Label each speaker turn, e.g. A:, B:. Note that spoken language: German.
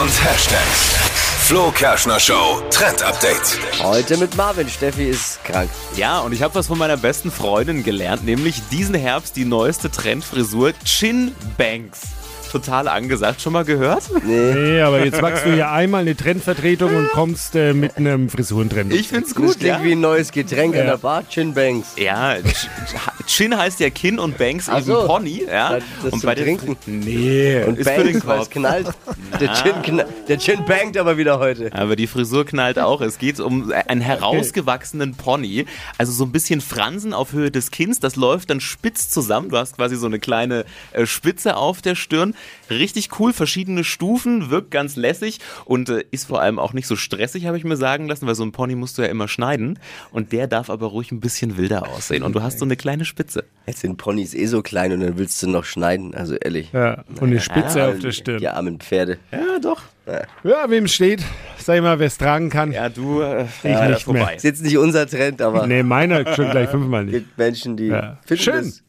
A: und Hashtags. Flo Kerschner Show Trend Update.
B: Heute mit Marvin. Steffi ist krank.
C: Ja, und ich habe was von meiner besten Freundin gelernt, nämlich diesen Herbst die neueste Trendfrisur Chin Banks. Total angesagt, schon mal gehört?
D: Nee, aber jetzt machst du ja einmal eine Trendvertretung und kommst äh, mit einem Frisurentrend.
C: Ich find's
B: Das
C: gut,
B: klingt
C: ja.
B: wie ein neues Getränk an der Bar. Gin Bangs.
C: Ja, Ch- Chin heißt ja Kinn und Banks
B: Ach
C: eben
B: so.
C: Pony, ja.
B: Das zum
C: den-
B: Trinken.
C: Nee,
B: Und
C: ist
B: Bangs,
C: für den
B: weil es
C: Kopf. Ah.
B: knallt. Der Gin, knall, der Gin bangt aber wieder heute.
C: Aber die Frisur knallt auch. Es geht um einen herausgewachsenen Pony. Also so ein bisschen Fransen auf Höhe des Kinns. Das läuft dann spitz zusammen. Du hast quasi so eine kleine äh, Spitze auf der Stirn. Richtig cool. Verschiedene Stufen. Wirkt ganz lässig. Und äh, ist vor allem auch nicht so stressig, habe ich mir sagen lassen. Weil so ein Pony musst du ja immer schneiden. Und der darf aber ruhig ein bisschen wilder aussehen. Und du hast so eine kleine Spitze.
B: Jetzt sind Ponys eh so klein und dann willst du noch schneiden. Also ehrlich.
D: Ja, und eine Spitze
C: Ja,
D: auf der Stirn.
B: Die
D: Ja,
B: armen Pferde.
C: Ja, doch.
D: wem steht, sag ich mal, wer es tragen kann.
C: Ja, du. Äh, ich
D: nicht mehr.
B: Ist jetzt nicht unser Trend, aber
D: Nee, meiner schon gleich fünfmal nicht.
B: gibt Menschen, die
D: Ja.
B: finden
D: Schön.
B: das